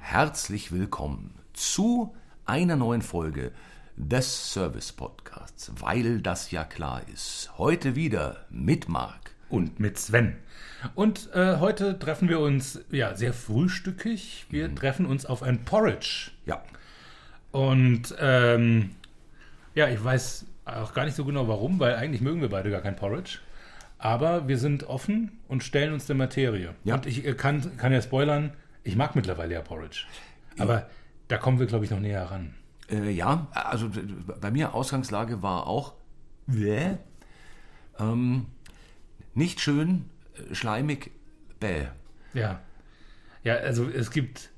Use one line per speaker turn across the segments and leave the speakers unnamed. herzlich willkommen zu einer neuen Folge des Service Podcasts, weil das ja klar ist. Heute wieder mit Marc.
und mit Sven. Und äh, heute treffen wir uns ja sehr frühstückig. Wir treffen uns auf ein Porridge.
Ja,
Und ähm, ja, ich weiß auch gar nicht so genau warum, weil eigentlich mögen wir beide gar kein Porridge. Aber wir sind offen und stellen uns der Materie.
Ja.
Und ich äh, kann, kann ja spoilern, ich mag mittlerweile ja Porridge. Aber da kommen wir, glaube ich, noch näher ran.
äh, ja, also d- bei mir Ausgangslage war auch bäh, ähm, nicht schön, äh, schleimig, bäh.
Ja. Ja, also es gibt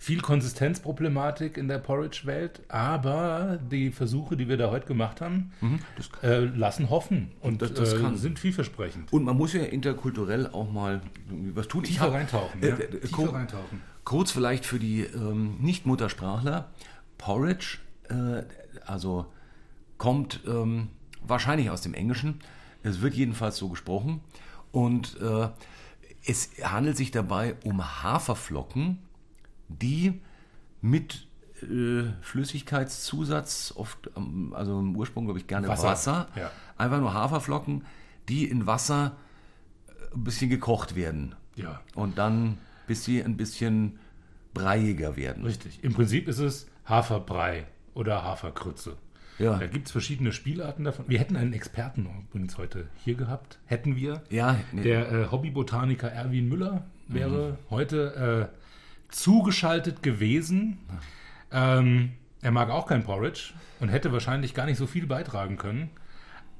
viel Konsistenzproblematik in der Porridge-Welt, aber die Versuche, die wir da heute gemacht haben,
Mhm, das
äh, lassen hoffen und
Das- das
äh,
kann.
sind vielversprechend.
Und man muss ja interkulturell auch mal irgendwie was tun. Ich
Tiefer
hab-
reintauchen.
Äh,
ja.
äh,
Tiefer
guck-
reintauchen.
Kurz vielleicht für die ähm, Nicht-Muttersprachler. Porridge, äh, also kommt ähm, wahrscheinlich aus dem Englischen. Es wird jedenfalls so gesprochen. Und äh, es handelt sich dabei um Haferflocken, die mit äh, Flüssigkeitszusatz, oft ähm, also im Ursprung glaube ich gerne Wasser,
Wasser, ja.
einfach nur Haferflocken, die in Wasser äh, ein bisschen gekocht werden.
Ja,
Und dann, bis sie ein bisschen breiiger werden.
richtig. Im Prinzip ist es Haferbrei oder Haferkrütze.
Ja,
Da gibt es verschiedene Spielarten davon. Wir hätten einen Experten übrigens heute hier gehabt. Hätten wir.
ja nee,
Der äh, Hobbybotaniker Erwin Müller wäre heute äh, zugeschaltet gewesen. Ähm, er mag auch kein Porridge und hätte wahrscheinlich gar nicht so viel beitragen können.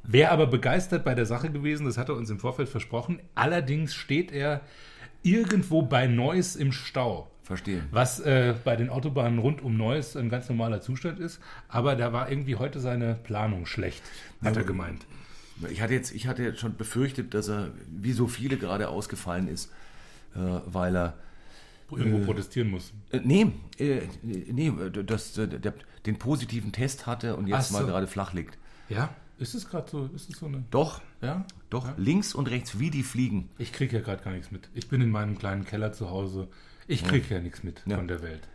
Wäre aber begeistert bei der Sache gewesen, das hat er uns im Vorfeld versprochen. Allerdings steht er irgendwo bei Neuss im Stau.
verstehe.
Was äh, bei den Autobahnen rund um Neuss ein ganz normaler Zustand ist, aber da war irgendwie heute seine Planung schlecht, hat er gemeint.
Ich hatte, jetzt, ich hatte jetzt schon befürchtet, dass er, wie so viele gerade, ausgefallen ist, äh, weil er.
Irgendwo protestieren muss.
Äh, nee, äh, nee, das, äh, der, den positiven Test hatte und jetzt
Ach
mal
so.
gerade flach liegt.
Ja? Ist es gerade so? Ist es so eine.
Doch,
Ja?
doch,
Ja.
links und rechts wie die Fliegen.
Ich kriege ja gerade gar nichts mit. Ich bin in meinem kleinen Keller zu Hause. Ich kriege ja, nichts mit
Ja.
von der Welt.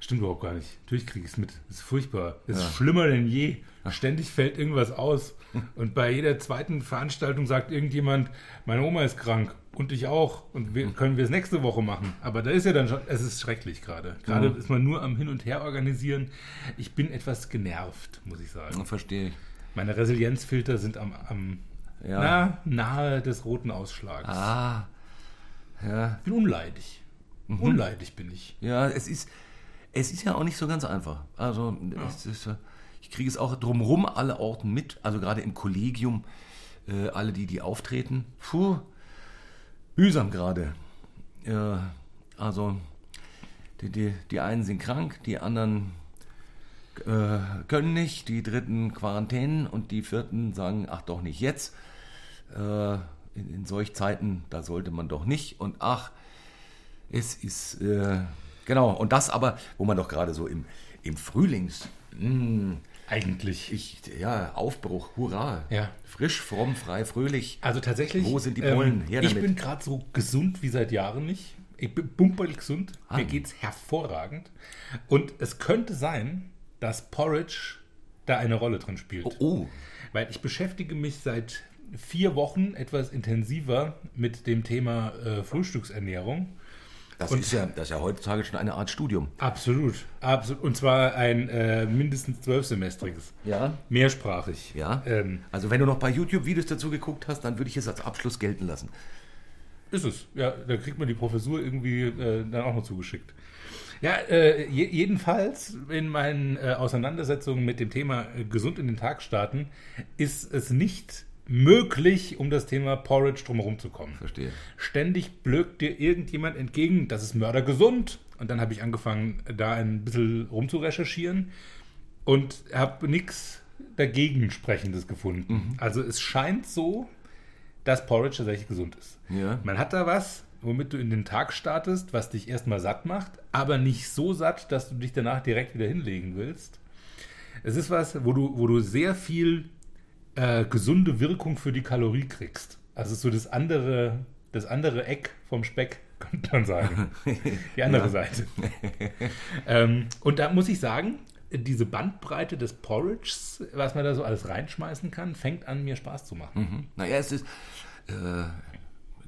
Stimmt überhaupt gar nicht. Natürlich kriege ich es mit. Ist furchtbar. Ist schlimmer denn je. Ständig fällt irgendwas aus. Und bei jeder zweiten Veranstaltung sagt irgendjemand, meine Oma ist krank und ich auch. Und wir, können wir es nächste Woche machen. Aber da ist ja dann schon, es ist schrecklich gerade. Gerade ist man nur am Hin und Her organisieren. Ich bin etwas genervt, muss ich sagen.
Verstehe ich.
Meine Resilienzfilter sind am, am
Ja.
na, nahe des roten Ausschlags.
Ah. Ja,
Ich bin unleidig.
Mhm.
Unleidig bin ich.
ja es, ist, es ist ja auch nicht so ganz einfach. Also, es ist, äh, ich kriege es auch drumherum alle Orten mit, also gerade im Kollegium, äh, alle, die, die auftreten. Puh, mühsam gerade. Äh, also, die, die, die einen sind krank, die anderen äh, können nicht, die dritten Quarantänen und die vierten sagen, ach doch nicht jetzt. Äh, in, in solch Zeiten, da sollte man doch nicht. Und ach, es ist, äh, genau, und das aber, wo man doch gerade so im, im Frühlings, mm,
Eigentlich.
ich, ja, Aufbruch, hurra,
Ja.
frisch, fromm, frei, fröhlich.
Also tatsächlich. ähm,
Wo sind die Pollen? Her
ich
damit.
bin gerade so gesund wie seit Jahren nicht. Ich bin bumperl gesund.
Ah.
Mir geht's hervorragend. Und es könnte sein, dass Porridge da eine Rolle drin spielt.
Oh, oh,
Weil ich beschäftige mich seit vier Wochen etwas intensiver mit dem Thema äh, Frühstücksernährung.
das, ist ja, das ist ja heutzutage schon eine Art Studium.
Absolut. Absolut. Und zwar ein äh, mindestens zwölfsemestriges.
Ja.
Mehrsprachig.
Ja.
Ähm,
also wenn du noch bei YouTube Videos dazu geguckt hast, dann würde ich es als Abschluss gelten lassen.
Ist es. Ja, da kriegt man die Professur irgendwie äh, dann auch noch zugeschickt. Ja, äh, je, jedenfalls in meinen äh, Auseinandersetzungen mit dem Thema äh, gesund in den Tag starten, ist es nicht möglich, um das Thema Porridge drumherum zu kommen.
Verstehe.
Ständig blökt dir irgendjemand entgegen, das ist mördergesund. Und dann habe ich angefangen, da ein bisschen rumzurecherchieren und habe nichts dagegen Sprechendes gefunden. Also es scheint so, dass Porridge tatsächlich gesund ist.
Ja.
Man hat da was, womit du in den Tag startest, was dich erstmal satt macht, aber nicht so satt, dass du dich danach direkt wieder hinlegen willst. Es ist was, wo du, wo du sehr viel äh, gesunde Wirkung für die Kalorie kriegst. Also es ist so das andere, das andere Eck vom Speck. könnte man sagen. Die andere Seite. ähm, und da muss ich sagen, diese Bandbreite des Porridges, was man da so alles reinschmeißen kann, fängt an, mir Spaß zu machen.
Mhm. Naja, es ist, äh,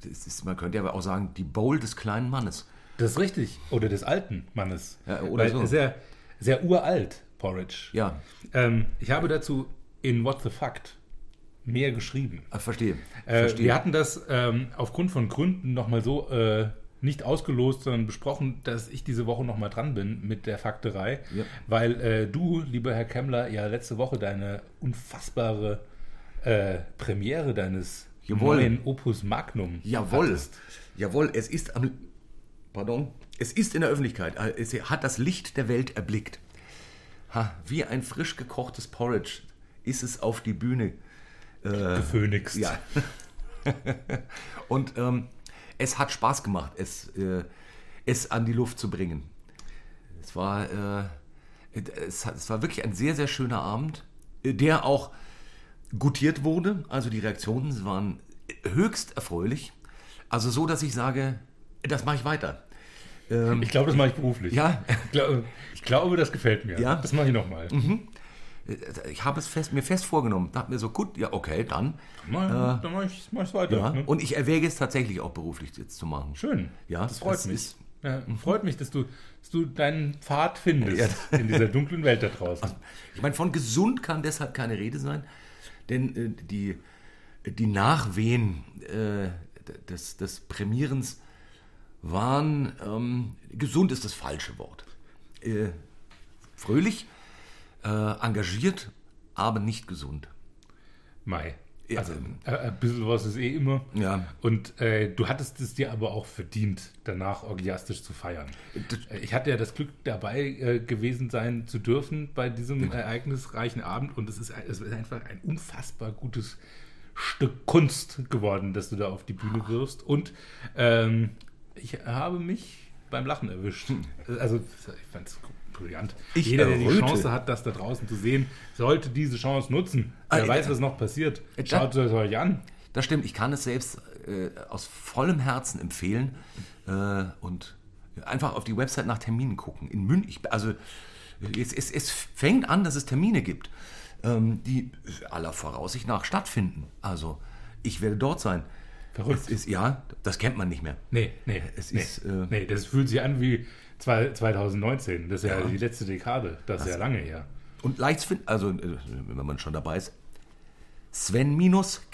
es ist, man könnte ja aber auch sagen, die Bowl des kleinen Mannes.
Das ist richtig. Oder des alten Mannes.
Ja, oder
Weil
so.
Sehr, sehr uralt, Porridge.
Ja,
Ähm, ich habe dazu in What the Fact mehr geschrieben.
ah, verstehe.
Äh,
verstehe.
wir hatten das ähm, aufgrund von Gründen nochmal so äh, nicht ausgelost, sondern besprochen, dass ich diese Woche nochmal dran bin mit der Fakterei,
Ja.
weil äh, du, lieber Herr Kemmler, ja letzte Woche deine unfassbare äh, Premiere deines
Jawohl.
neuen Opus Magnum
Jawohl.
hattest.
Jawohl, es ist am. Pardon? Es ist in der Öffentlichkeit. äh, Es hat das Licht der Welt erblickt. Ha, wie ein frisch gekochtes Porridge ist es auf die Bühne.
gephoenixt.
Ja. Und ähm, es hat Spaß gemacht, es, äh, es an die Luft zu bringen. Es war, äh, es, hat- es war wirklich ein sehr, sehr schöner Abend, äh, der auch gutiert wurde. Also die Reaktionen waren höchst erfreulich. Also so, dass ich sage, das mache ich weiter.
Ich glaube, das mache ich beruflich.
Ähm, Ja,
Ich, glaube, ich glaube, das gefällt mir.
Ja. Mhm.
Das mache ich nochmal.
ich habe es fest, mir fest vorgenommen. Dachte mir so, gut, ja, okay, dann.
Mal- Dann mache ich es weiter.
Äh. Ja.
ne?
Und ich erwäge es tatsächlich auch beruflich jetzt zu machen.
Schön.
Ja,
das freut
das
mich.
ist- Mhm.
ja, freut mich, dass du, dass du deinen Pfad findest in dieser dunklen Welt da draußen.
Also, Ich meine, von gesund kann deshalb keine Rede sein, denn äh, die, die Nachwehen äh, des, des Premierens waren, ähm, gesund ist das falsche Wort, äh, fröhlich, äh, engagiert, aber nicht gesund.
Mai.
Ja,
Also
ähm.
äh, ein bisschen was ist eh immer.
Ja.
Und äh, du hattest es dir aber auch verdient, danach orgiastisch zu feiern. Äh, Ich hatte ja das Glück, dabei äh, gewesen sein zu dürfen bei diesem ereignisreichen Abend. Und es ist, ein- es ist einfach ein unfassbar gutes Stück Kunst geworden, das du da auf die Bühne wirfst. Und ähm, ich habe mich beim Lachen erwischt. Also ich fand es brillant.
Hm. Ich
Jeder, der die
erröte.
Chance hat, das da draußen zu sehen, sollte diese Chance nutzen.
Ah,
Wer weiß,
äh,
was noch passiert.
Äh,
Schaut es euch an.
Das stimmt, ich kann es selbst äh, aus vollem Herzen empfehlen äh, und einfach auf die Website nach Terminen gucken. In München, ich- also es, es, es fängt an, dass es Termine gibt, ähm, die aller Voraussicht nach stattfinden. Also ich werde dort sein.
Verrückt.
Es ist, ja, das kennt man nicht mehr.
Nee, nee.
Es
nee,
ist, äh,
nee, das fühlt sich an wie zwei- 2019. Das ist ja,
Ja.
die letzte Dekade. Das ist ja lange her.
Und leicht finden, also äh, wenn man schon dabei ist,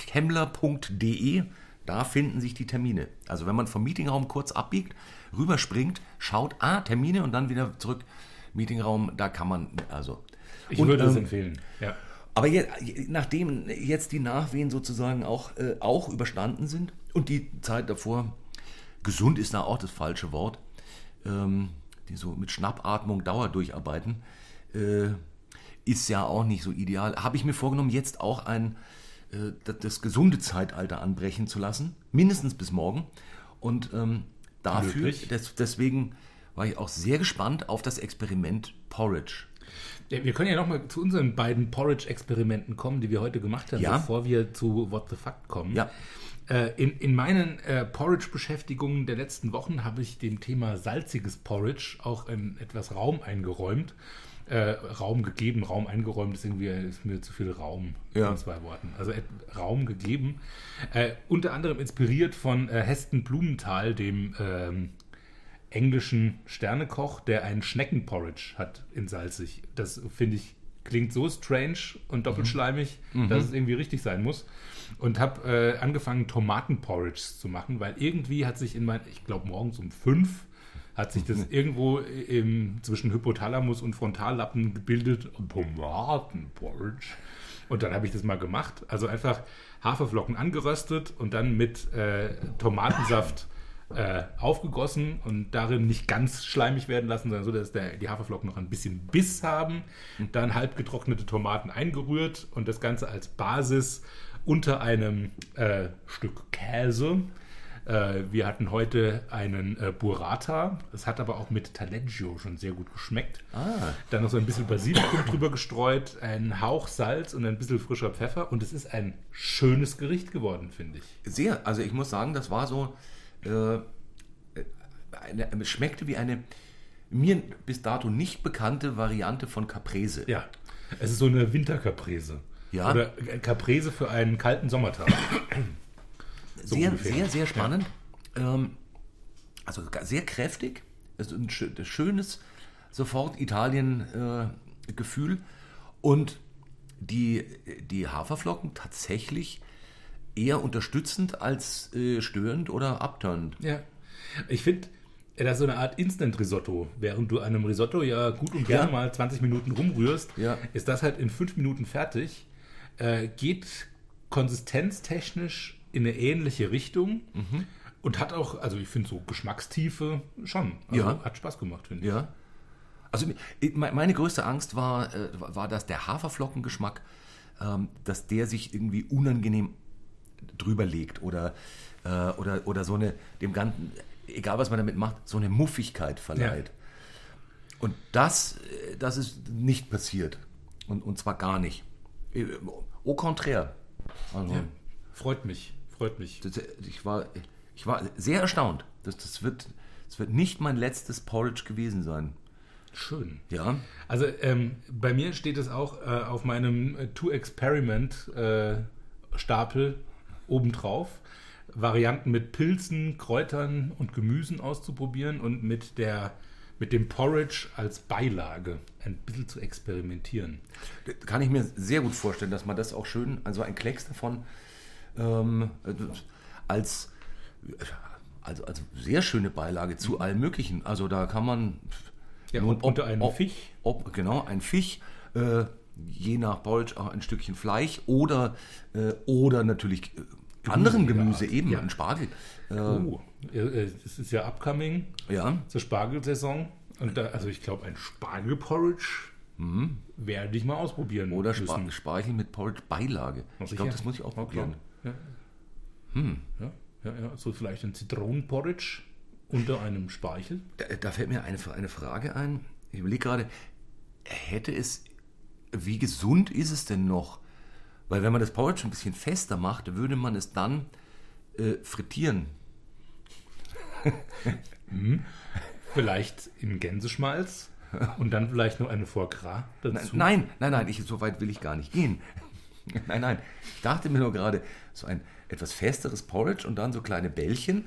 sven-kemmler.de, da finden sich die Termine. Also wenn man vom Meetingraum kurz abbiegt, rüberspringt, schaut, ah, Termine und dann wieder zurück, Meetingraum, da kann man, also.
Ich
Und,
würde es
ähm,
empfehlen. Ja.
aber je, je- nachdem jetzt die Nachwehen sozusagen auch, äh, auch überstanden sind und die Zeit davor, gesund ist da auch das falsche Wort, ähm, die so mit Schnappatmung Dauer durcharbeiten, äh, ist ja auch nicht so ideal. Habe ich mir vorgenommen, jetzt auch ein, äh, das, das gesunde Zeitalter anbrechen zu lassen, mindestens bis morgen. Und ähm, dafür,
Möglich.
des, deswegen war ich auch sehr gespannt auf das Experiment Porridge.
Ja, Wir können ja nochmal zu unseren beiden Porridge-Experimenten kommen, die wir heute gemacht haben,
Ja.
bevor wir zu What the Fuck kommen.
Ja.
Äh, In, in meinen äh, Porridge-Beschäftigungen der letzten Wochen habe ich dem Thema salziges Porridge auch ähm, etwas Raum eingeräumt. Äh, Raum gegeben, Raum eingeräumt ist irgendwie ist mir zu viel Raum
Ja.
in zwei Worten. Also et- Raum gegeben. Äh, unter anderem inspiriert von äh, Heston Blumenthal, dem ähm, englischen Sternekoch, der einen Schneckenporridge hat in salzig. Das finde ich klingt so strange und doppelschleimig, dass es irgendwie richtig sein muss. Und habe äh, angefangen Tomatenporridges zu machen, weil irgendwie hat sich in mein, ich glaube morgens um fünf hat sich das irgendwo im, zwischen Hypothalamus und Frontallappen gebildet. Tomatenporridge. Und dann habe ich das mal gemacht. Also einfach Haferflocken angeröstet und dann mit äh, Tomatensaft äh, aufgegossen und darin nicht ganz schleimig werden lassen, sondern so, dass der, die Haferflocken noch ein bisschen Biss haben. Dann halb getrocknete Tomaten eingerührt und das Ganze als Basis unter einem äh, Stück Käse. Äh, wir hatten heute einen äh, Burrata. Es hat aber auch mit Taleggio schon sehr gut geschmeckt. Dann noch so ein bisschen Basilikum drüber gestreut, ein Hauch Salz und ein bisschen frischer Pfeffer. Und es ist ein schönes Gericht geworden, finde ich.
sehr, also ich muss sagen, das war so äh, eine, es schmeckte wie eine mir bis dato nicht bekannte Variante von Caprese.
Ja. Es ist so eine Winterkaprese.
Ja.
Oder Kaprese für einen kalten Sommertag. so
sehr,
ungefähr.
sehr, sehr spannend. Ähm, also ga- sehr kräftig. Also ein schö- schönes, sofort Italien-Gefühl. Und die, die Haferflocken tatsächlich eher unterstützend als äh, störend oder abtörend.
Ja. Ich finde, das ist so eine Art Instant-Risotto. Während du an einem Risotto ja gut und gerne
Ja.
mal 20 Minuten rumrührst,
Ja.
ist das halt in 5 Minuten fertig. Äh, geht konsistenztechnisch in eine ähnliche Richtung
Mhm.
und hat auch, also ich finde so Geschmackstiefe schon. Also
Ja.
Hat Spaß gemacht, finde ich.
Ja. Also ich- me- meine größte Angst war, äh, war dass der Haferflockengeschmack, ähm, dass der sich irgendwie unangenehm drüber legt oder, äh, oder, oder so eine, dem Ganzen, egal was man damit macht, so eine Muffigkeit verleiht. Und das, äh, das ist nicht passiert. Und, und zwar gar nicht. Äh, Au contraire. Also,
Ja. Freut mich, freut mich.
das, ich, war, ich war sehr erstaunt. Das, das, wird, das wird nicht mein letztes Porridge gewesen sein.
Schön.
Ja.
Also ähm, bei mir steht es auch äh, auf meinem äh, To Experiment äh, Stapel obendrauf. Varianten mit Pilzen, Kräutern und Gemüsen auszuprobieren und mit der mit dem Porridge als Beilage ein bisschen zu experimentieren.
Kann ich mir sehr gut vorstellen, dass man das auch schön, also ein Klecks davon, ähm, äh, als, als, als sehr schöne Beilage zu allem Möglichen. Also da kann man.
Ja,
nun,
und unter einem Fisch.
Ob, genau, ein Fisch, äh, je nach Deutsch auch ein Stückchen Fleisch oder, äh, oder natürlich äh, anderen Gemüse,
Art.
eben,
Ja.
ein Spargel. Äh,
Oh, äh, äh, es ist ja upcoming
ja,
zur Spargelsaison. Und da, also ich glaube, ein Spargelporridge werde ich mal ausprobieren.
Hm. oder
müssen.
Spar Spargel mit Porridge-Beilage. Ich glaube,
sicher.
das muss ich auch
Ja,
probieren. Hm.
klar. Ja. Ja, ja, ja. So vielleicht ein Zitronenporridge unter einem Speichel.
Da, da fällt mir eine, eine Frage ein. Ich überlege gerade, hätte es, wie gesund ist es denn noch? Weil wenn man das Porridge ein bisschen fester macht, würde man es dann äh, frittieren.
Vielleicht in Gänseschmalz. Und dann vielleicht noch eine Foie Gras
Nein,
dazu.
nein, nein, nein, ich, so weit will ich gar nicht gehen. Nein, nein, ich dachte mir nur gerade, so ein etwas festeres Porridge und dann so kleine Bällchen.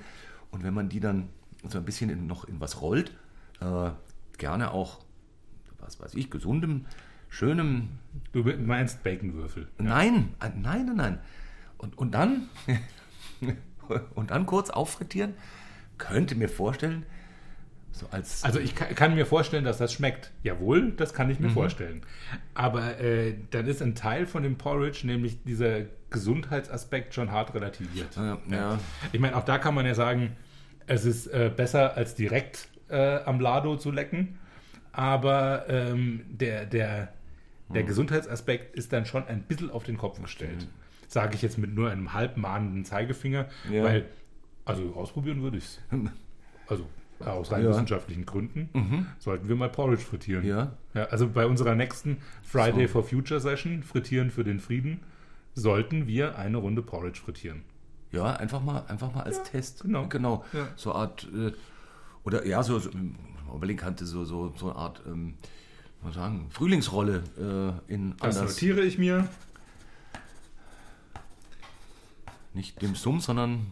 Und wenn man die dann so ein bisschen in, noch in was rollt, äh, gerne auch, was weiß ich, gesundem, schönem
Du meinst Baconwürfel.
Nein, ah, nein, nein, nein. Und, und dann und dann kurz auffrittieren, könnte mir vorstellen, so als
Also ich kann, kann mir vorstellen, dass das schmeckt. Jawohl, das kann ich
Mhm.
mir vorstellen. Aber äh, dann ist ein Teil von dem Porridge, nämlich dieser Gesundheitsaspekt, schon hart relativiert.
Ja, äh, ja.
Ich meine, auch da kann man ja sagen, es ist äh, besser, als direkt äh, am Lado zu lecken. Aber ähm, der, der,
Hm.
der Gesundheitsaspekt ist dann schon ein bisschen auf den Kopf gestellt. Sage ich jetzt mit nur einem halb mahnenden Zeigefinger,
Ja.
weil, also ausprobieren würde ich es. Also aus rein
Ja. Mhm.
wissenschaftlichen Gründen sollten wir mal Porridge frittieren.
Ja.
also bei unserer nächsten Friday for Future Session, Frittieren für den Frieden, sollten wir eine Runde Porridge frittieren.
ja, einfach mal einfach mal als Test.
genau.
genau.
Ja.
So eine Art äh, oder ja, so, so überlegen kannte so so so eine Art ähm, mal sagen, Frühlingsrolle äh, in
Das
anders
notiere ich mir.
nicht dem Summ, sondern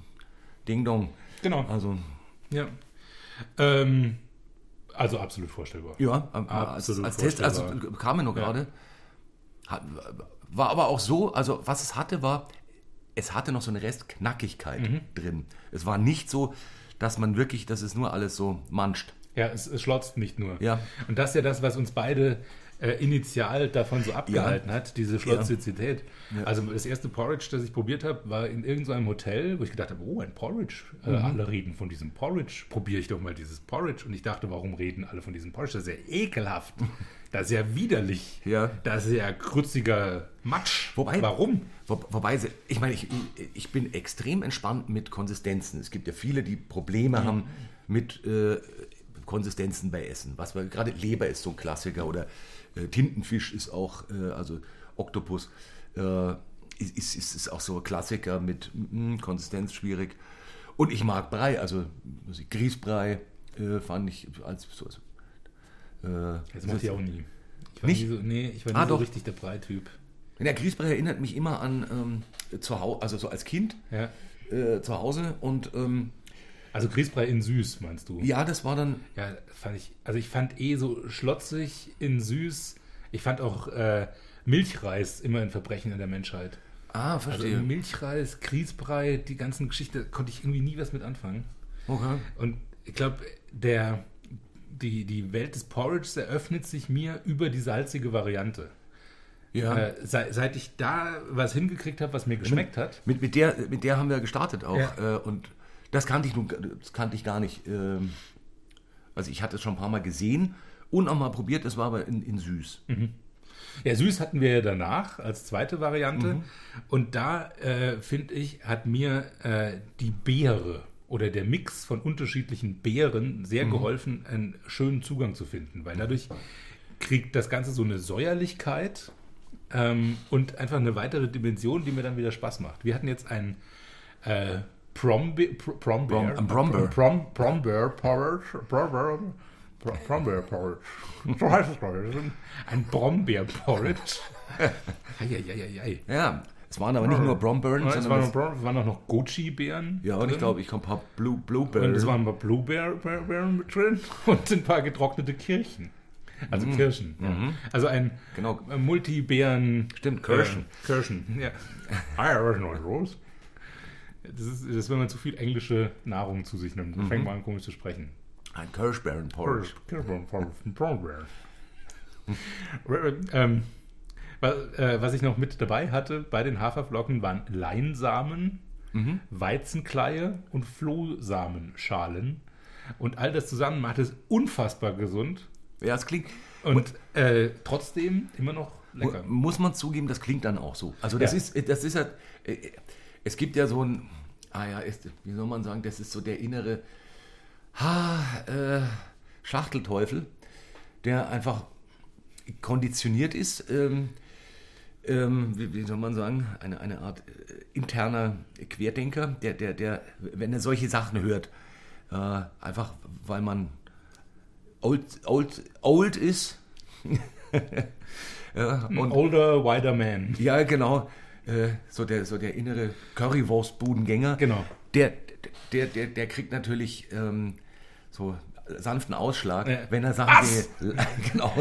Ding Dong.
Genau.
Also
Ja. Ähm, also absolut vorstellbar.
Ja, ähm, als,
Absolut
als Test, also
vorstellbar.
kam mir nur
Ja.
gerade. Hat- War aber auch so, also was es hatte, war, es hatte noch so eine Restknackigkeit
Mhm.
drin. Es war nicht so, dass man wirklich, dass es nur alles so manscht.
Ja, es, es schlotzt nicht nur.
Ja.
Und das ist ja das, was uns beide äh, initial davon so abgehalten hat, diese Schlotzizität. Also das erste Porridge, das ich probiert habe, war in irgendeinem Hotel, wo ich gedacht habe, oh, ein Porridge.
Mhm.
Äh, Alle reden von diesem Porridge. Probiere ich doch mal dieses Porridge. Und ich dachte, warum reden alle von diesem Porridge? Das ist ja ekelhaft. Das ist ja widerlich.
Ja.
Das ist ja krutziger Matsch.
Wobei-
Warum?
Wo, wobei, sie- ich meine, ich, ich bin extrem entspannt mit Konsistenzen. Es gibt ja viele, die Probleme haben mit äh, Konsistenzen bei Essen. Was wir gerade Leber ist so ein Klassiker oder äh, Tintenfisch ist auch, äh, also Oktopus äh, ist, ist, ist, ist auch so ein hm, Klassiker mit mm, Konsistenz schwierig. Und ich mag Brei, also Grießbrei, äh, fand ich als. So, also, äh,
Das macht ich auch nie. Ich
Nicht?
Nie so, nee, ich war
Ah,
nie so
doch.
richtig der Brei-Typ.
der Griesbrecher erinnert mich immer an ähm, zu Hause, also so als Kind
Ja.
äh, zu Hause und ähm,
Also Grießbrei in süß, meinst du?
ja, das war dann
Ja, fand ich. Also ich fand eh so schlotzig in süß. Ich fand auch äh, Milchreis immer ein Verbrechen in der Menschheit.
ah
Also
verstehe.
Milchreis, Grießbrei, die ganzen Geschichte konnte ich irgendwie nie was mit anfangen.
okay.
Und ich glaube, der die, die Welt des Porridges eröffnet sich mir über die salzige Variante.
Ja.
Äh, seit, seit ich da was hingekriegt habe, was mir geschmeckt hat.
Mit, mit, der, mit der haben wir gestartet auch.
Ja.
Äh, und das kannte ich nun das kannte ich gar nicht. Ähm, also ich hatte es schon ein paar Mal gesehen und auch mal probiert, es war aber in, in süß.
Ja, süß hatten wir ja danach als zweite Variante. Und da, äh, finde ich, hat mir äh, die Beere oder der Mix von unterschiedlichen Beeren sehr geholfen, einen schönen Zugang zu finden. Weil dadurch kriegt das Ganze so eine Säuerlichkeit ähm, und einfach eine weitere Dimension, die mir dann wieder Spaß macht. Wir hatten jetzt einen äh, Prombe Pr- Brombeer.
Brom- ein Brombeer.
Prom, Brombeer Porridge. Brombeer. Bro- Brombeer Porridge. So heißt es, glaub ich. Ein Brombeer Porridge. Eieieiei.
Ja, es waren aber nicht nur Bromburns,
Es
sondern
waren,
Oh. es,
noch Brom- es waren auch noch Goji-Beeren.
ja, und ich äh,
drin.
glaube, ich habe ein paar Blue,
Und es
Blueberries.
waren ein paar Bluebeeren mit drin und ein paar getrocknete Kirchen. Also
Mm.
Kirschen.
Mhm.
Ja. Also ein
Genau.
äh, Multibeeren.
Stimmt, Kirschen.
Äh, Kirschen, ja. Ah, was ist noch los? Das ist, das ist, wenn man zu viel englische Nahrung zu sich nimmt. Dann fängt man an, komisch zu sprechen.
Ein Kirschbeeren Porridge.
ähm, was, äh, was ich noch mit dabei hatte bei den Haferflocken waren Leinsamen, Weizenkleie und Flohsamenschalen. Und all das zusammen macht es unfassbar gesund
Ja, es klingt.
und äh, trotzdem immer noch lecker.
Mu- Muss man zugeben, das klingt dann auch so. Also das
Ja.
ist, das ist halt, äh, es gibt ja so ein, ah ja, ist, wie soll man sagen, das ist so der innere ha, äh, Schachtelteufel, der einfach konditioniert ist, ähm, ähm, wie, wie soll man sagen, eine, eine Art äh, interner Querdenker, der, der, der, wenn er solche Sachen hört, äh, einfach weil man old, old, old ist. ja,
Ein older, wider man.
ja, genau. Äh, so, der, so der innere Currywurstbudengänger.
Genau.
Der, der, der, der kriegt natürlich ähm, so sanften Ausschlag,
Ja.
wenn er
Was?
Sachen wie, genau,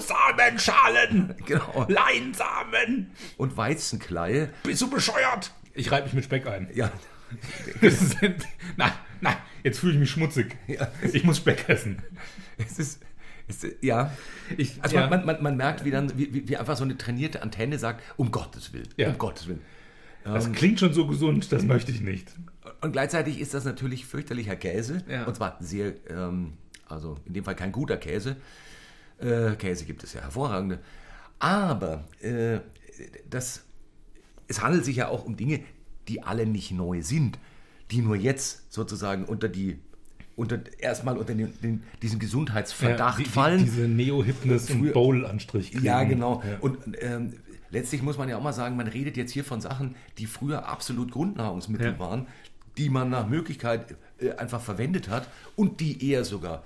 Flohsamenschalen!
genau.
Leinsamen!
Und Weizenkleie.
Bist du bescheuert? Ich reibe mich mit Speck ein.
Ja,
Das ist, na, na, jetzt fühle ich mich schmutzig.
Ja.
Ich muss Speck essen.
es ist. es ist- Ja,
Ich-
also
ja.
Man, man, man merkt, wie, dann, wie, wie- wie einfach so eine trainierte Antenne sagt, um Gottes Willen,
Ja.
um Gottes Willen. Ähm.
Das klingt schon so gesund, das möchte ich nicht.
Und gleichzeitig ist das natürlich fürchterlicher Käse.
Ja.
Und zwar sehr, ähm, also in dem Fall kein guter Käse. Äh, Käse gibt es ja hervorragende. Aber äh, das, es handelt sich ja auch um Dinge, die alle nicht neu sind, die nur jetzt sozusagen unter die unter, erstmal unter den, den, diesen Gesundheitsverdacht
Ja, die- die-
fallen.
Diese Neo-Hipness und
Früher-
Bowl-Anstrich kriegen.
Ja, genau.
Ja.
Und ähm, letztlich muss man ja auch mal sagen, man redet jetzt hier von Sachen, die früher absolut Grundnahrungsmittel
Ja.
waren, die man nach Möglichkeit äh, einfach verwendet hat und die eher sogar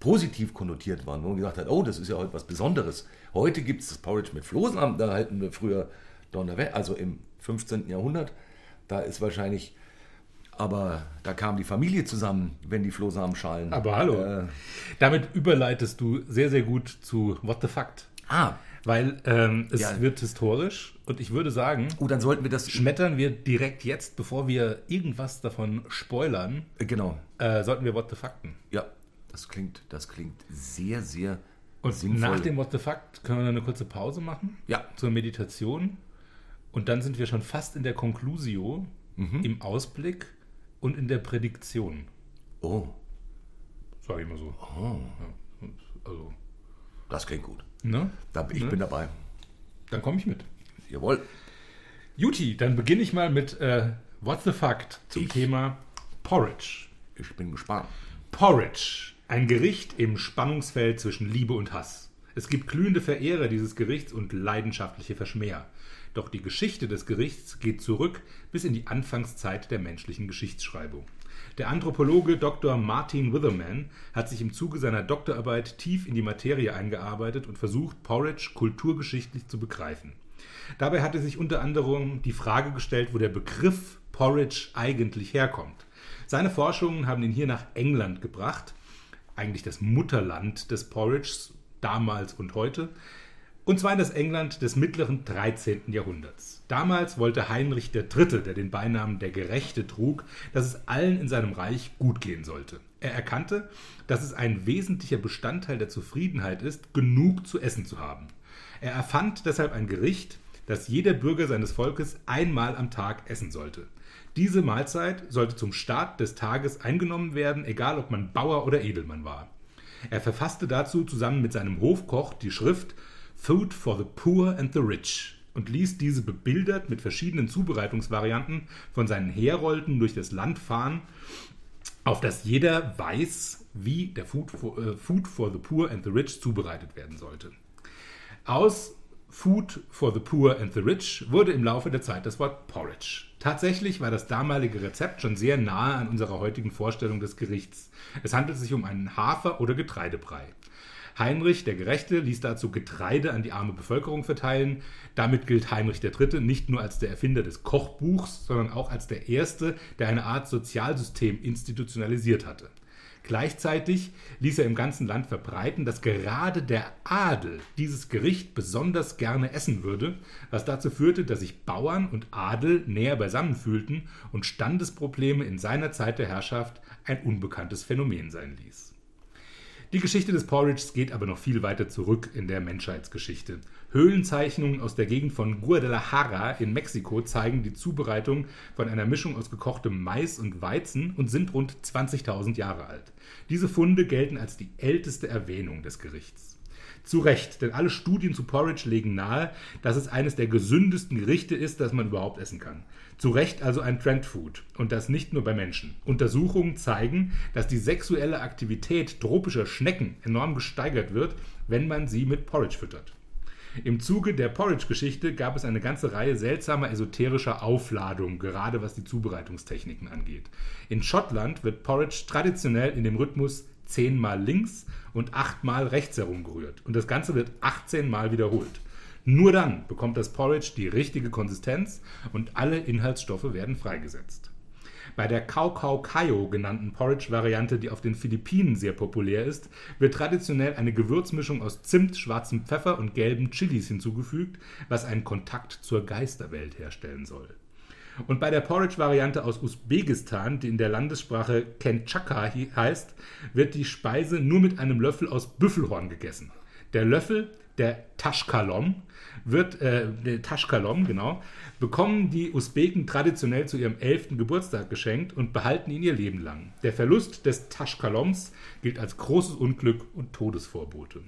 positiv konnotiert waren, wo man gesagt hat, oh, das ist ja heute was Besonderes. Heute gibt es das Porridge mit Flohsamen, da halten wir früher Donnerwetter, also im 15. Jahrhundert, da ist wahrscheinlich, aber da kam die Familie zusammen, wenn die Flohsamenschalen.
Aber hallo.
Äh,
Damit überleitest du sehr, sehr gut zu What the Fact.
ah,
Weil ähm, es
Ja.
wird historisch und ich würde sagen,
oh, dann sollten wir das.
schmettern wir direkt jetzt, bevor wir irgendwas davon spoilern,
Genau.
äh, sollten wir What the Facten.
Ja, das klingt, das klingt sehr, sehr
Und
sinnvoll.
nach dem What the Fact können wir dann eine kurze Pause machen.
ja,
zur Meditation. Und dann sind wir schon fast in der Conclusio, im Ausblick und in der Prädiktion.
oh,
Sag ich mal so. Oh, Ja. Also,
das klingt gut.
ne?
Da, ich bin dabei.
Dann komme ich mit.
Jawohl.
Juti, dann beginne ich mal mit äh, What the Fact zum
Ich.
Thema Porridge.
Ich bin gespannt.
Porridge, ein Gericht im Spannungsfeld zwischen Liebe und Hass. Es gibt glühende Verehrer dieses Gerichts und leidenschaftliche Verschmäher. Doch die Geschichte des Gerichts geht zurück bis in die Anfangszeit der menschlichen Geschichtsschreibung. Der Anthropologe Dr. Martin Witherman hat sich im Zuge seiner Doktorarbeit tief in die Materie eingearbeitet und versucht, Porridge kulturgeschichtlich zu begreifen. Dabei hatte sich unter anderem die Frage gestellt, wo der Begriff Porridge eigentlich herkommt. Seine Forschungen haben ihn hier nach England gebracht, eigentlich das Mutterland des Porridges damals und heute, und zwar in das England des mittleren 13. Jahrhunderts. Damals wollte Heinrich III., der den Beinamen der Gerechte trug, dass es allen in seinem Reich gut gehen sollte. Er erkannte, dass es ein wesentlicher Bestandteil der Zufriedenheit ist, genug zu essen zu haben. Er erfand deshalb ein Gericht, das jeder Bürger seines Volkes einmal am Tag essen sollte. Diese Mahlzeit sollte zum Start des Tages eingenommen werden, egal ob man Bauer oder Edelmann war. Er verfasste dazu zusammen mit seinem Hofkoch die Schrift Food for the Poor and the Rich und ließ diese bebildert mit verschiedenen Zubereitungsvarianten von seinen Herolden durch das Land fahren, auf das jeder weiß, wie der Food for, äh, Food for the Poor and the Rich zubereitet werden sollte. Aus Food for the Poor and the Rich wurde im Laufe der Zeit das Wort Porridge. Tatsächlich war das damalige Rezept schon sehr nahe an unserer heutigen Vorstellung des Gerichts. Es handelt sich um einen Hafer- oder Getreidebrei. Heinrich der Gerechte ließ dazu Getreide an die arme Bevölkerung verteilen. Damit gilt Heinrich III. nicht nur als der Erfinder des Kochbuchs, sondern auch als der Erste, der eine Art Sozialsystem institutionalisiert hatte. Gleichzeitig ließ er im ganzen Land verbreiten, dass gerade der Adel dieses Gericht besonders gerne essen würde, was dazu führte, dass sich Bauern und Adel näher beisammen fühlten und Standesprobleme in seiner Zeit der Herrschaft ein unbekanntes Phänomen sein ließ. Die Geschichte des Porridges geht aber noch viel weiter zurück in der Menschheitsgeschichte. Höhlenzeichnungen aus der Gegend von Guadalajara in Mexiko zeigen die Zubereitung von einer Mischung aus gekochtem Mais und Weizen und sind rund 20.000 Jahre alt. Diese Funde gelten als die älteste Erwähnung des Gerichts. Zu Recht, denn alle Studien zu Porridge legen nahe, dass es eines der gesündesten Gerichte ist, das man überhaupt essen kann. Zu Recht also ein Trendfood und das nicht nur bei Menschen. Untersuchungen zeigen, dass die sexuelle Aktivität tropischer Schnecken enorm gesteigert wird, wenn man sie mit Porridge füttert. Im Zuge der Porridge-Geschichte gab es eine ganze Reihe seltsamer esoterischer Aufladungen, gerade was die Zubereitungstechniken angeht. In Schottland wird Porridge traditionell in dem Rhythmus zehnmal links und achtmal rechts herumgerührt. Und das Ganze wird 18 Mal wiederholt. Nur dann bekommt das Porridge die richtige Konsistenz und alle Inhaltsstoffe werden freigesetzt. Bei der Kaukau-Kayo genannten Porridge-Variante, die auf den Philippinen sehr populär ist, wird traditionell eine Gewürzmischung aus Zimt, schwarzem Pfeffer und gelben Chilis hinzugefügt, was einen Kontakt zur Geisterwelt herstellen soll. Und bei der Porridge-Variante aus Usbekistan, die in der Landessprache Kenchaka heißt, wird die Speise nur mit einem Löffel aus Büffelhorn gegessen. Der Löffel, der Taschkalom, wird, äh, der Taschkalom, genau, bekommen die Usbeken traditionell zu ihrem 11. Geburtstag geschenkt und behalten ihn ihr Leben lang. Der Verlust des Taschkaloms gilt als großes Unglück und Todesvorbote.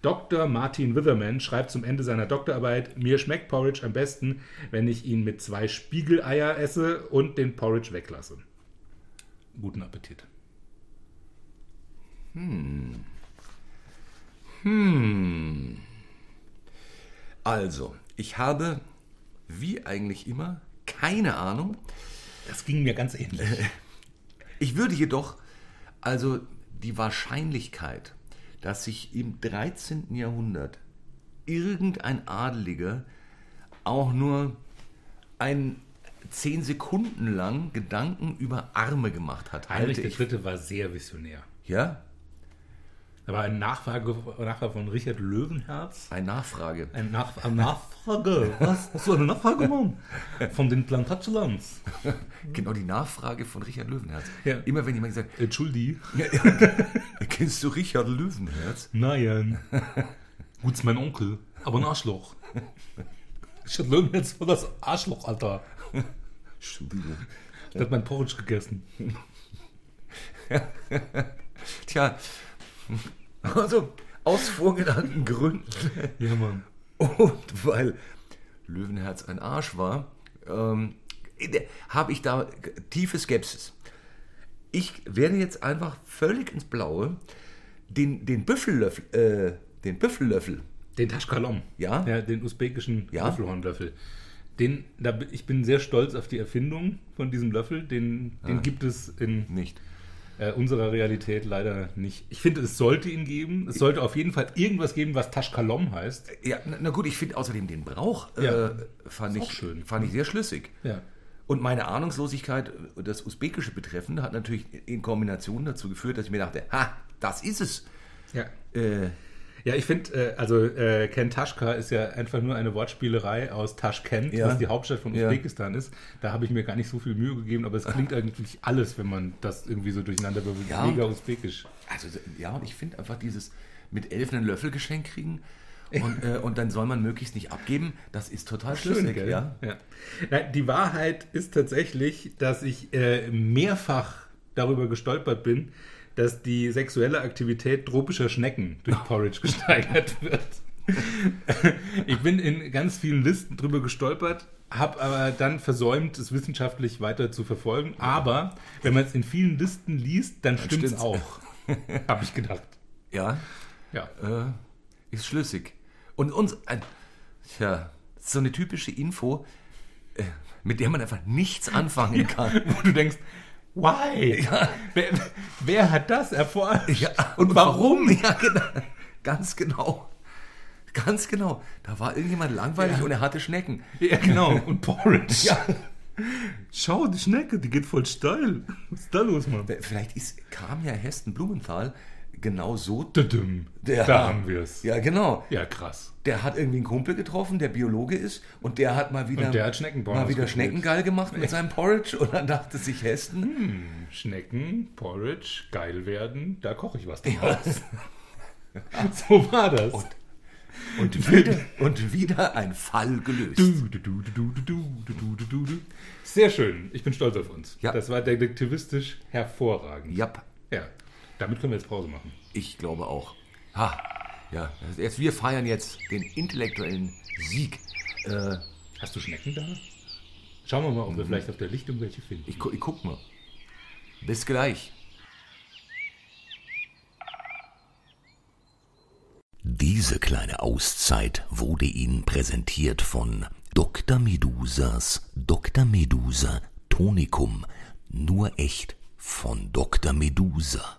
Dr. Martin Witherman schreibt zum Ende seiner Doktorarbeit: Mir schmeckt Porridge am besten, wenn ich ihn mit zwei Spiegeleier esse und den Porridge weglasse. Guten Appetit.
Hm. Hm. Also, ich habe, wie eigentlich immer, keine Ahnung.
Das ging mir ganz ähnlich.
Ich würde jedoch, also die Wahrscheinlichkeit, dass sich im 13. Jahrhundert irgendein Adeliger auch nur ein zehn Sekunden lang Gedanken über Arme gemacht hat.
Heinrich III. war sehr visionär.
Ja?
Er war ein Nachfrage, Nachfrage von Richard Löwenherz.
Eine Nachfrage.
Ein Nach eine Nachfrage? Was? Hast du eine Nachfrage gemacht? Von den Plantagelans.
Genau die Nachfrage von Richard Löwenherz.
Ja.
Immer wenn jemand sagt,
Entschuldi.
kennst du Richard Löwenherz?
Nein. Gut, ist mein Onkel, aber ein Arschloch. Richard Löwenherz war das Arschloch, Alter.
Entschuldigung.
Der hat mein Porridge gegessen.
Tja, also aus vorgenannten Gründen
Ja, Mann.
und weil Löwenherz ein Arsch war, ähm, habe ich da tiefe Skepsis. Ich werde jetzt einfach völlig ins Blaue den, den Büffellöffel, äh, den Büffellöffel,
Den Taschkalom.
Ja.
ja den usbekischen
Ja.
Büffelhornlöffel. Den, da, bin- ich bin sehr stolz auf die Erfindung von diesem Löffel. Den, den
Ah.
gibt es in
Nicht.
äh, unserer Realität leider nicht. Ich finde, es sollte ihn geben. Es sollte auf jeden Fall irgendwas geben, was Taschkalom heißt.
Ja, na, na gut, ich finde außerdem den Brauch
Ja.
äh, fand,
Ist
ich,
auch schön.
fand ich sehr schlüssig.
Ja.
Und meine Ahnungslosigkeit, äh, das Usbekische betreffend, hat natürlich in Kombination dazu geführt, dass ich mir dachte, ha, das ist es.
Ja.
Äh,
Ja, ich finde, äh, also äh, Kentaschka ist ja einfach nur eine Wortspielerei aus Taschkent,
Ja.
was die Hauptstadt von
Ja.
Usbekistan ist. Da habe ich mir gar nicht so viel Mühe gegeben, aber es klingt eigentlich alles, wenn man das irgendwie so durcheinander wirbelt.
Ja.
Mega usbekisch.
also ja, und ich finde einfach dieses mit elf einen Löffel geschenkt kriegen und, äh, und dann soll man möglichst nicht abgeben, das ist total schlüssig.
Schön, gell?
ja.
Ja. Nein, die Wahrheit ist tatsächlich, dass ich äh, mehrfach darüber gestolpert bin, dass die sexuelle Aktivität tropischer Schnecken durch Porridge gesteigert wird. ich bin in ganz vielen Listen drüber gestolpert, habe aber dann versäumt, es wissenschaftlich weiter zu verfolgen. Aber wenn man es in vielen Listen liest, dann, stimmt's
stimmt's.
auch. habe ich gedacht.
ja.
Ja.
äh, ist schlüssig. Und uns, äh, tja, so eine typische Info, äh, mit der man einfach nichts anfangen kann.
wo du denkst, why? Wer, wer hat das erforscht? und warum?
Ja, genau. Ganz genau. Ganz genau. Da war irgendjemand langweilig
Ja.
und er hatte Schnecken.
Ja, genau. Und Porridge. Schau, die Schnecke, die geht voll steil. Was ist da los, Mann?
Äh, Vielleicht ist, kam ja Hesten Blumenthal genau so.
Tadüm.
Der-
da haben wir es. Ja.
Ja, genau.
krass.
Der hat irgendwie einen Kumpel getroffen, der Biologe ist, und der hat mal wieder,
Und der hat Schneckenpornos
mal wieder
gespielt.
Schneckengeil gemacht mit seinem Porridge und dann dachte sich Hesten,
Schnecken, Porridge, geil werden, da koche ich was draus. so war das.
Und wieder, und wieder ein Fall gelöst.
Du, du, du, du, du, du, du, du, du, du, du. Sehr schön. Ich bin stolz auf uns.
Ja.
Das war detektivistisch hervorragend.
Japp,
ja. Damit können wir jetzt Pause machen.
ich glaube auch. Ha, ja, das ist jetzt, wir feiern jetzt den intellektuellen Sieg. Äh,
Hast du Schnecken da? Schauen wir mal, ob wir vielleicht auf der Lichtung welche finden.
ich, gu- ich guck mal. Bis gleich.
Diese kleine Auszeit wurde Ihnen präsentiert von Dr. Medusas Dr. Medusa Tonikum. Nur echt von Dr. Medusa.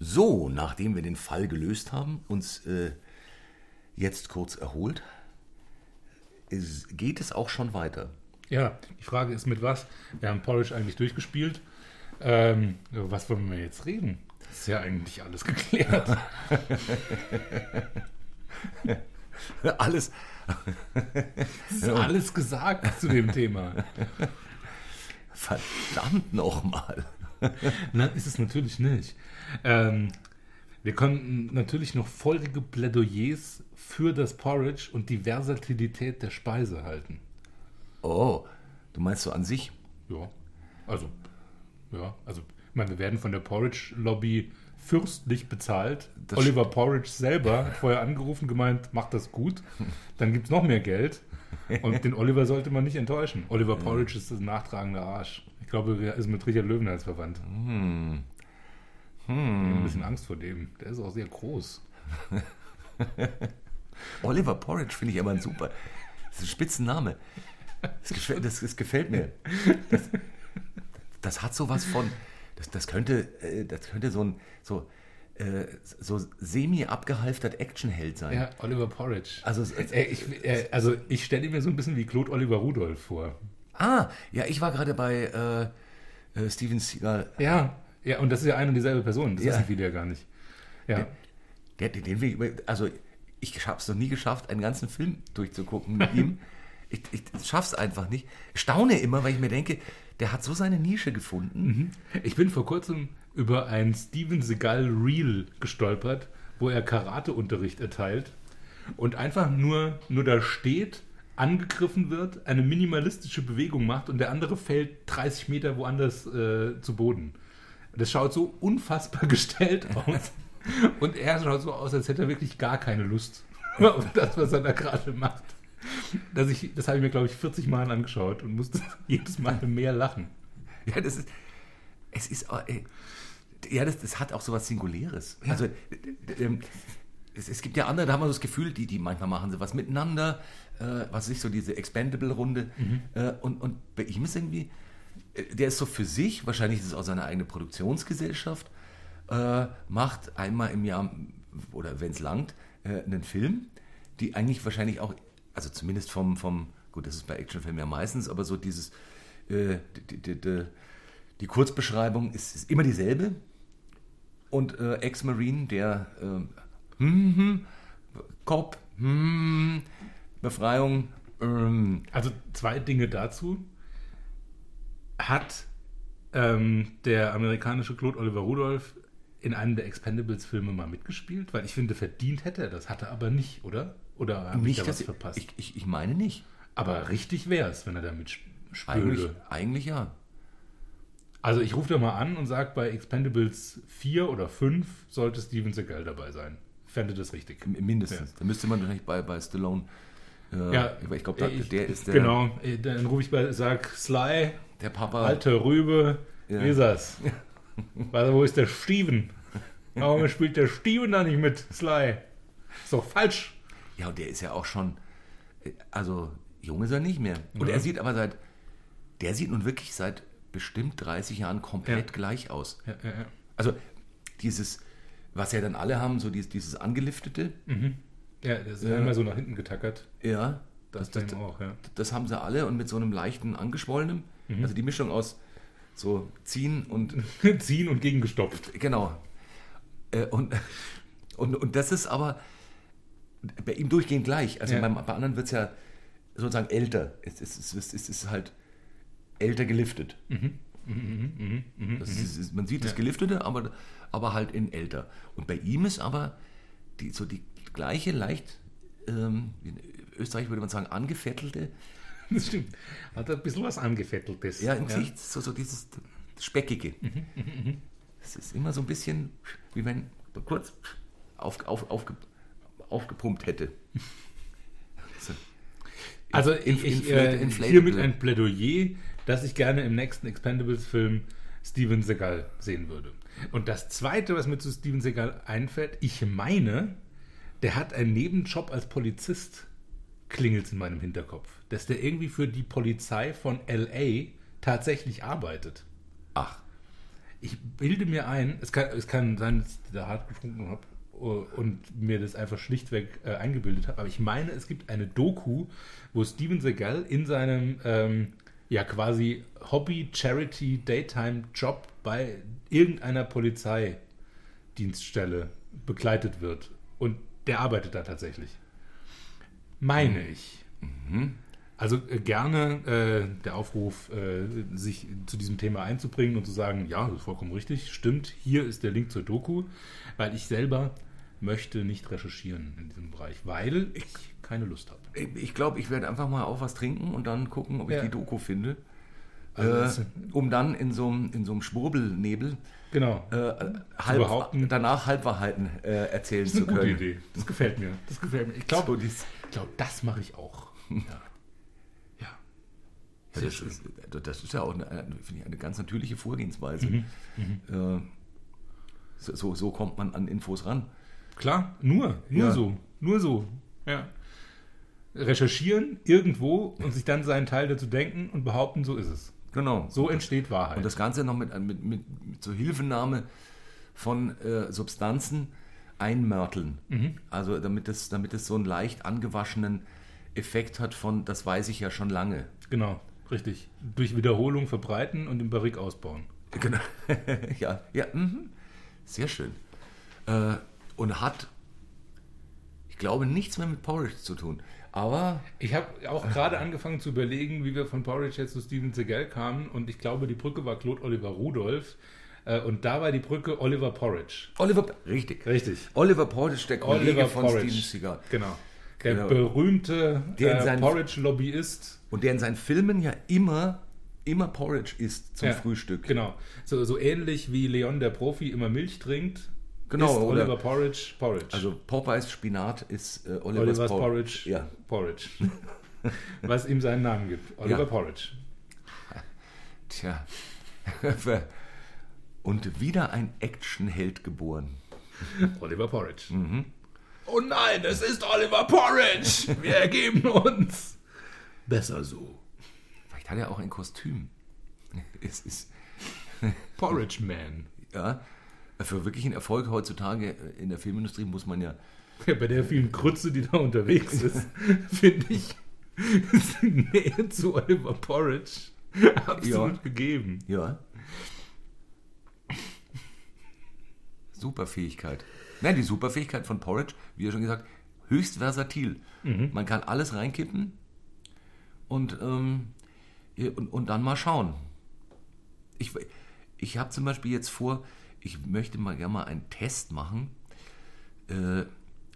So, nachdem wir den Fall gelöst haben, uns äh, jetzt kurz erholt, es, geht es auch schon weiter.
Ja, die Frage ist mit was? Wir haben Polish eigentlich durchgespielt. Ähm, über was wollen wir jetzt reden? Ist ja eigentlich alles geklärt.
Alles,
Ist alles gesagt zu dem Thema.
verdammt nochmal.
Nein, ist es natürlich nicht. Ähm, wir konnten natürlich noch feurige Plädoyers für das Porridge und die Versatilität der Speise halten.
Oh, du meinst so an sich?
Ja, also, ja, also, ich meine, wir werden von der Porridge-Lobby fürstlich bezahlt.
Das
Oliver Porridge selber hat vorher angerufen, gemeint, macht das gut, dann gibt es noch mehr Geld. Und den Oliver sollte man nicht enttäuschen. Oliver Porridge ist ein nachtragender Arsch. Ich glaube, er ist mit Richard Löwenhals verwandt.
Hm.
Ich habe ein bisschen Angst vor dem. Der ist auch sehr groß.
Oliver Porridge finde ich aber ein super. Das ist ein Spitzenname. Das gefällt, das, das gefällt mir. Das, das hat so was von. Das, das, könnte, äh, das könnte so ein so, äh, so semi-abgehalftert Actionheld sein.
Ja, Oliver Porridge.
Also, es- es-
Äh, ich, äh, also ich stelle ihn mir so ein bisschen wie Claude Oliver Rudolph vor.
Ah, ja, ich war gerade bei äh, äh, Steven Seagal.
Ja, ja, und das ist ja eine und dieselbe Person. Das
Ja.
wissen viele ja gar nicht. Ja.
Der, den, den, Weg über- also, ich habe es noch nie geschafft, einen ganzen Film durchzugucken mit ihm. Ich, ich schaff's einfach nicht. Staune immer, weil ich mir denke, der hat so seine Nische gefunden.
Ich bin vor kurzem über ein Steven Seagal Reel gestolpert, wo er Karateunterricht erteilt und einfach nur, nur da steht, angegriffen wird, eine minimalistische Bewegung macht und der andere fällt 30 Meter woanders äh, zu Boden. Das schaut so unfassbar gestellt aus. Und er schaut so aus, als hätte er wirklich gar keine Lust auf das, was er da gerade macht. Dass ich, das habe ich mir, glaube ich, 40 Mal angeschaut und musste jedes Mal mehr lachen.
Ja, das ist. Es ist. auch- äh, Ja, das, das hat auch sowas Singuläres. Also, äh, äh, ähm, es, es gibt ja andere, da haben wir so das Gefühl, die, die manchmal machen sie was miteinander, äh, was weiß ich, so diese Expendable-Runde. Äh, und, und bei ihm ist irgendwie. äh, Der ist so für sich, wahrscheinlich ist es auch seine eigene Produktionsgesellschaft, äh, macht einmal im Jahr oder wenn es langt, äh, einen Film, die eigentlich wahrscheinlich auch, also zumindest vom, vom gut, das ist bei Actionfilmen ja meistens, aber so dieses, äh, die, die, die, die Kurzbeschreibung ist, ist immer dieselbe. Und äh, Ex-Marine, der äh, hm, hm, Cop, hm, Befreiung, ähm,
Also zwei Dinge dazu. Hat ähm, der amerikanische Claude Oliver Rudolph in einem der Expendables-Filme mal mitgespielt? Weil ich finde, verdient hätte er das, hat er aber nicht, oder? Oder habe ich
nicht,
da was
dass
verpasst?
ich, ich, ich meine nicht.
aber richtig wäre es, wenn er da
Eigentlich,
mitspüle.
eigentlich ja.
Also ich rufe da mal an und sage, bei Expendables 4 oder 5 sollte Steven Seagal dabei sein. Fände das richtig.
M- Mindestens. Da müsste man wahrscheinlich bei, bei Stallone. Äh,
Ja,
aber ich glaube,
ich-
der ist der,
Genau, äh, dann rufe ich bei, sag Sly,
der Papa.
Alte Rübe,
Ah. Ja.
wie ist das? Also, wo ist der Steven? Warum spielt der Steven da nicht mit, Sly? Ist doch falsch.
Ja, und der ist ja auch schon, äh, also jung ist er nicht mehr. Und
Ja.
er sieht aber seit, der sieht nun wirklich seit bestimmt 30 Jahren komplett
Ja.
gleich aus.
Ja, ja, ja.
Also dieses, was ja dann alle haben, so dieses, dieses angeliftete,
ja das ist einmal so nach hinten getackert.
ja,
Das,
das,
das,
das,
auch, ja.
das haben sie alle und mit so einem leichten angeschwollenen, also die Mischung aus so ziehen und
Ziehen und gegengestopft.
Genau. Äh, Und, und, und das ist aber bei ihm durchgehend gleich. Also
Ja.
beim, bei anderen wird es ja sozusagen älter. Es, es, es, es, es ist halt älter geliftet. Das ist, ist, man sieht das Geliftete, aber, aber halt in älter. Und bei ihm ist aber die, so die gleiche, leicht, ähm, in Österreich würde man sagen, angefettelte,
Das stimmt. Hat ein bisschen was angefetteltes.
ja, im Gesicht, so, so dieses Speckige.
Mhm,
Es ist immer so ein bisschen, wie wenn man kurz auf, auf, aufge, aufgepumpt hätte. So.
Also
Inf-
ich, ich,
inflate-
äh,
inflate-
hiermit ein Plädoyer, dass ich gerne im nächsten Expendables-Film Steven Seagal sehen würde. Und das Zweite, was mir zu Steven Seagal einfällt, ich meine, der hat einen Nebenjob als Polizist, klingelt in meinem Hinterkopf, dass der irgendwie für die Polizei von L.A. tatsächlich arbeitet.
Ach,
Ich bilde mir ein, es kann, es kann sein, dass ich da hart getrunken habe und mir das einfach schlichtweg äh, eingebildet habe, aber ich meine, es gibt eine Doku, wo Steven Seagal in seinem ähm, ja quasi Hobby-Charity-Daytime-Job bei irgendeiner Polizeidienststelle begleitet wird. Und der arbeitet da tatsächlich. Meine ich. Also äh, gerne äh, der Aufruf, äh, sich zu diesem Thema einzubringen und zu sagen, ja, das ist vollkommen richtig, stimmt, hier ist der Link zur Doku, weil ich selber möchte nicht recherchieren in diesem Bereich, weil ich keine Lust habe.
ich- ich glaube, ich werde einfach mal auch was trinken und dann gucken, ob ich
Ja.
die Doku finde.
Also das-
äh, um dann in so einem in so einem Schwurbelnebel
Genau.
äh, halb,
behaupten-
danach Halbwahrheiten äh, erzählen
das ist
zu
eine gute
können.
Idee. Das gefällt mir. Das gefällt mir. Ich
So,
glaube,
dies-
ich glaub, das mache ich auch. Ja. ja.
Ja, das, ist, das ist ja auch eine, eine- finde ich, eine ganz natürliche Vorgehensweise. Äh, so- so, so kommt man an Infos ran.
Klar, nur, nur
Ja.
so, nur so. Ja. Recherchieren irgendwo und sich dann seinen Teil dazu denken und behaupten, so ist es.
Genau.
So entsteht Wahrheit.
Und das Ganze noch mit, mit, mit, mit so Hilfenahme von äh, Substanzen einmörteln. Also damit es damit das so einen leicht angewaschenen Effekt hat von, das weiß ich ja schon lange.
genau, richtig. Durch Wiederholung verbreiten und im Barrik ausbauen.
Genau. ja, ja, mhm. sehr schön. Äh, und hat, ich glaube, nichts mehr mit Porridge zu tun. Aber
Ich habe auch gerade angefangen zu überlegen, wie wir von Porridge jetzt zu Steven Seagal kamen und ich glaube, die Brücke war Claude Oliver Rudolph äh, und da war die Brücke Oliver Porridge.
Oliver, richtig.
Richtig.
Oliver Portage, der Kollege
Oliver
von
Porridge.
Steven Seagal.
Genau. Der
Genau.
berühmte
Der in
äh,
seinen-
Porridge-Lobbyist.
Und der in seinen Filmen ja immer, immer Porridge isst zum
Ja,
Frühstück.
Genau. So, so ähnlich wie Leon der Profi immer Milch trinkt,
Genau,
ist
oder-
Oliver Porridge Porridge.
Also Popeyes Spinat ist äh, Oliver's,
Oliver's
Por-
Porridge.
Ja,
Porridge. Was ihm seinen Namen gibt. Oliver
Ja.
Porridge.
tja. Und wieder ein Actionheld geboren.
Oliver Porridge. Oh nein, es ist Oliver Porridge. Wir ergeben uns. Besser so.
Vielleicht hat er auch ein Kostüm. Es ist,
Porridge Man.
ja, für wirklichen Erfolg heutzutage in der Filmindustrie muss man ja
Ja, bei der vielen Krütze, die da unterwegs ist, finde ich, ist die Nähe zu Oliver Porridge absolut
Ja.
gegeben.
Ja. Superfähigkeit. Nein, die Superfähigkeit von Porridge, wie ja schon gesagt, höchst versatil.
Mhm.
Man kann alles reinkippen und, ähm, ja, und, und dann mal schauen. Ich, ich habe zum Beispiel jetzt vor, ich möchte mal gerne mal einen Test machen äh,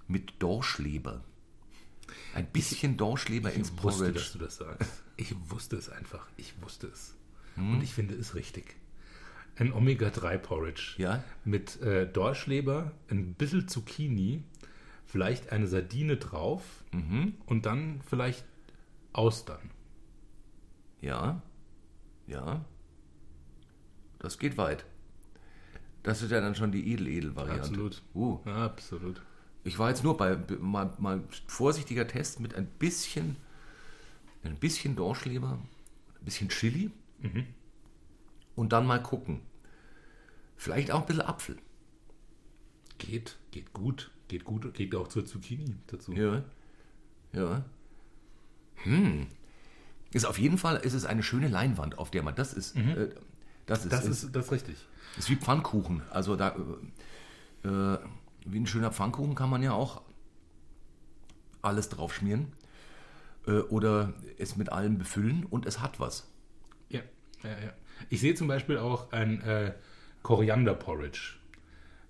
mit Dorschleber. Ein bisschen Dorschleber ins
Ich wusste,
Porridge.
dass du das sagst. Ich wusste es einfach. Ich wusste es. Und ich finde es richtig. Ein Omega-3-Porridge.
Ja?
Mit äh, Dorschleber, ein bisschen Zucchini, vielleicht eine Sardine drauf
Mhm.
und dann vielleicht Austern.
Ja, ja. Das geht weit. Das ist ja dann schon die Edel-Edel-Variante.
Absolut.
Uh,
Absolut.
ich war jetzt nur bei b- mal, mal vorsichtiger Test mit ein bisschen, ein bisschen Dorschleber, ein bisschen Chili
Mhm.
und dann mal gucken. Vielleicht auch ein bisschen Apfel.
Geht, geht gut. Geht gut, geht auch zur Zucchini dazu.
Ja, ja. Hm. Ist auf jeden Fall ist es eine schöne Leinwand, auf der man das ist. Äh, das ist,
Mhm. Das ist das ist richtig.
Ist wie Pfannkuchen. Also da, äh, äh, wie ein schöner Pfannkuchen kann man ja auch alles drauf schmieren äh, oder es mit allem befüllen und es hat was.
Ja, ja, ja. Ich sehe zum Beispiel auch ein äh, Koriander-Porridge.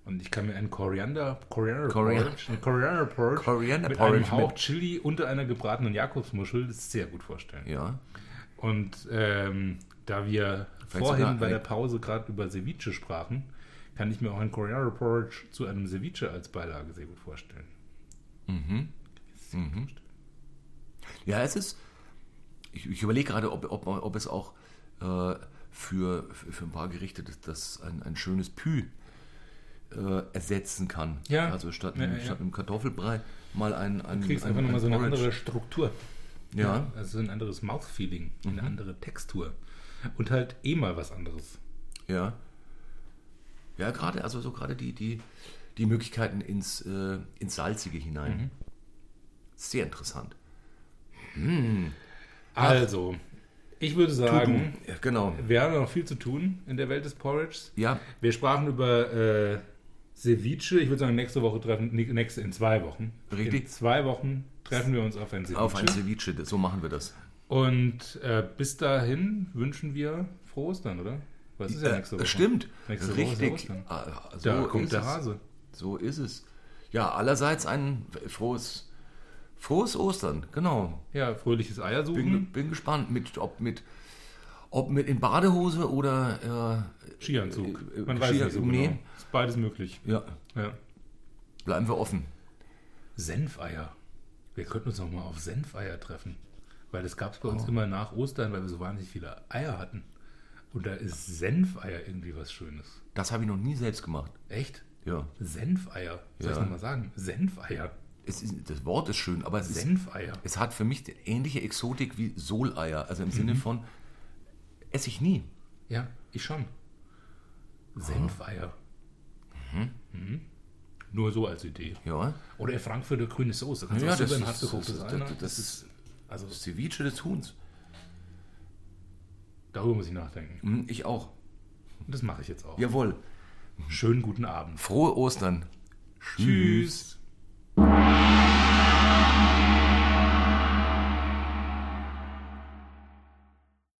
Und ich kann mir ein Koriander, Koriander
Korian-
Porridge, ein Koriander Porridge,
Koriander
mit
Porridge
einem Hauch
mit-
Chili unter einer gebratenen Jakobsmuschel das sehr gut vorstellen.
Ja,
Und ähm, da wir
Vielleicht sogar
vorhin bei
eine-
der Pause gerade über Ceviche sprachen, kann ich mir auch ein Koriander Porridge zu einem Ceviche als Beilage sehr gut vorstellen.
Mhm. ja es ist, ich, ich überlege gerade, ob, ob, ob es auch äh, für, für ein paar Gerichte das, das ein, ein schönes Pü äh, ersetzen kann.
Ja.
Also statt,
Ja, ja, ja.
statt einem Kartoffelbrei mal ein, ein,
Du kriegst
ein,
einfach
ein
nochmal so eine
Porridge.
andere Struktur.
Ja. Mhm.
Also ein anderes Mouthfeeling, eine andere Textur. Und halt eh mal was anderes.
Ja. Ja, gerade, also so gerade die, die, die Möglichkeiten ins, äh, ins Salzige hinein. Sehr interessant.
Also, ich würde sagen,
Ja, genau.
wir haben noch viel zu tun in der Welt des Porridges.
Ja,
Wir sprachen über äh, Ceviche. Ich würde sagen, nächste Woche treffen, nächste in zwei Wochen.
Richtig.
In zwei Wochen treffen wir uns auf ein Ceviche.
auf ein Ceviche, das- so machen wir das.
Und äh, bis dahin wünschen wir frohe Ostern, oder? Was ist ja
Äh,
nächste Woche?
Stimmt,
Nächste Woche ist ja
richtig.
Ostern.
Ah, so
Da kommt
ist
der
es.
Hase.
So ist es. Ja, allerseits ein frohes, frohes Ostern, genau.
Ja, fröhliches Eiersuchen.
Bin, bin gespannt, mit, ob, mit, ob mit in Badehose oder Äh,
Skianzug.
äh,
Man weiß
Skier-
nicht so
nee.
genau. Ist beides möglich.
äh, ja,
Ja.
bleiben wir offen.
Senfeier. Wir könnten uns noch mal auf Senfeier treffen. Weil das gab es bei
Oh.
uns immer nach Ostern, weil wir so wahnsinnig viele Eier hatten. Und da ist Senfeier irgendwie was Schönes.
Das habe ich noch nie selbst gemacht.
Echt?
Ja.
Senfeier. Soll ich
Ja.
noch mal sagen? Senfeier.
Es ist, das Wort ist schön, aber es, ist,
Senfeier.
es hat für mich die ähnliche Exotik wie Soleier. Also im Sinne von, esse ich nie.
Ja, ich schon. Senfeier. Mhm. Nur so als Idee.
Ja,
Oder Frankfurter grüne Soße. Kannst du
ja
auch
das,
super in
ist, das,
Hartgekochte
ist,
sein, ne?
das, das ist
Also,
das Ceviche des Huhns.
darüber muss ich nachdenken.
Hm, Ich auch.
Und das mache ich jetzt auch.
Jawohl.
Schönen guten Abend.
Frohe Ostern.
Tschüss.